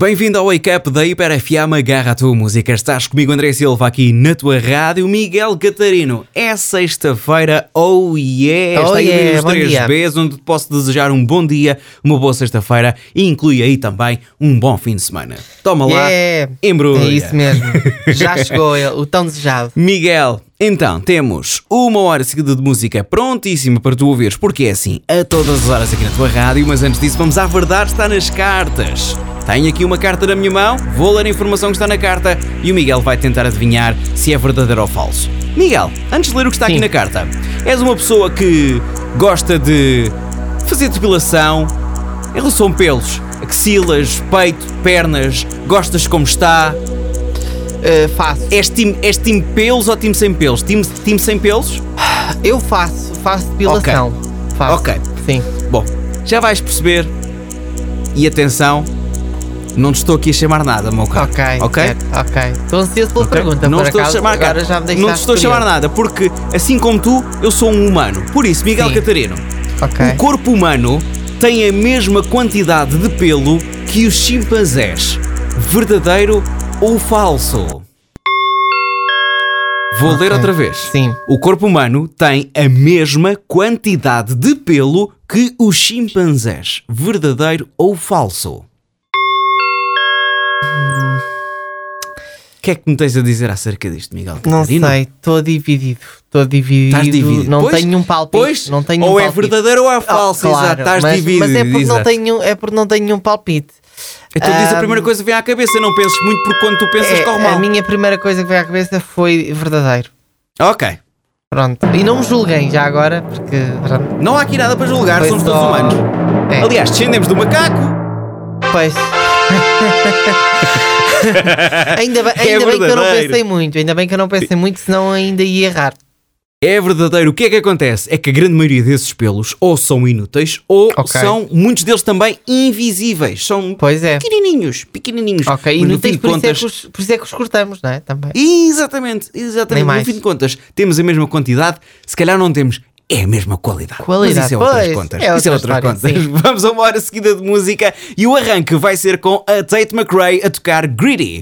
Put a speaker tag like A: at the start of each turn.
A: Bem-vindo ao Wake Up da Hiper FM, agarra a tua música. Estás comigo, André Silva, aqui na tua rádio. Miguel Catarino, é sexta-feira, oh yeah!
B: Oh
A: Está aí
B: yeah,
A: nos
B: bom
A: três
B: dia.
A: Bs, onde te posso desejar um bom dia, uma boa sexta-feira e inclui aí também um bom fim de semana. Toma
B: Yeah.
A: lá, embrulha.
B: É isso mesmo. Já chegou ele, o tão desejado.
A: Miguel, então temos uma hora seguida de música prontíssima para tu ouvires, porque é assim, a todas as horas aqui na tua rádio, mas antes disso vamos à verdade está nas cartas. Tenho aqui uma carta na minha mão, vou ler a informação que está na carta e o Miguel vai tentar adivinhar se é verdadeiro ou falso. Miguel, antes de ler o que está aqui
B: Sim.
A: na carta, és uma pessoa que gosta de fazer depilação em relação a pelos, axilas, peito, pernas, gostas como está,
B: Uh, faço.
A: És time, és time pelos ou time sem pelos? Time, time sem pelos?
B: Eu faço, faço depilação. Faço.
A: Ok.
B: Sim.
A: Bom, já vais perceber. E atenção, não te estou aqui a chamar nada, meu caro.
B: Ok.
A: Ok?
B: certo, ok. Estou ansioso pela
A: Ok?
B: pergunta.
A: não
B: por
A: estou
B: acaso,
A: a chamar
B: agora
A: cara,
B: já me deixaste
A: Não te estou a chamar
B: curioso.
A: nada, porque assim como tu, eu sou um humano. Por isso, Miguel
B: Sim.
A: Catarino, o
B: Ok.
A: corpo humano tem a mesma quantidade de pelo que os chimpanzés. Verdadeiro ou falso? Vou ler
B: Ok.
A: outra vez.
B: Sim.
A: O corpo humano tem a mesma quantidade de pelo que os chimpanzés. Verdadeiro ou falso? O que é que me tens a dizer acerca disto, Miguel?
B: Não
A: Catarino?
B: sei, estou dividido. Estou dividido.
A: Estás dividido.
B: Não
A: Pois-
B: tenho um palpite.
A: pois,
B: não tenho
A: ou
B: um
A: é
B: palpite.
A: verdadeiro ou é
B: Ah,
A: falso,
B: claro,
A: exato, estás
B: mas,
A: dividido.
B: Mas é porque, não
A: exato.
B: tenho, é porque não tenho um palpite.
A: Então diz a
B: Ahm,
A: primeira coisa que vem à cabeça, não penses muito porque quando tu pensas
B: É,
A: corre
B: a
A: mal.
B: minha primeira coisa que veio à cabeça foi verdadeiro.
A: Ok.
B: Pronto. E não me julguem já agora, porque. Pronto,
A: Não há aqui nada para julgar,
B: foi
A: somos
B: só-
A: todos humanos.
B: É.
A: Aliás, descendemos do macaco.
B: Pois. ainda bem,
A: É
B: ainda bem que eu não
A: verdadeiro.
B: pensei muito, ainda bem que eu não pensei muito, senão ainda ia errar.
A: É verdadeiro. O que é que acontece? É que a grande maioria desses pelos ou são inúteis ou
B: Ok.
A: são, muitos deles também, invisíveis. São
B: Pois é.
A: pequenininhos, pequenininhos.
B: Ok, e
A: Mas
B: não
A: no fim de
B: tens por, isso é
A: contas...
B: que os, por isso é que os cortamos, não é? Também.
A: Exatamente, exatamente.
B: Nem
A: No
B: mais.
A: fim de contas, temos a mesma quantidade, se calhar não temos. É a mesma qualidade.
B: Qualidade,
A: Mas isso é outras
B: pois,
A: contas.
B: é
A: isso é
B: outra
A: outras
B: história,
A: contas. Vamos a uma hora seguida de música e o arranque vai ser com a Tate McRae a tocar Greedy.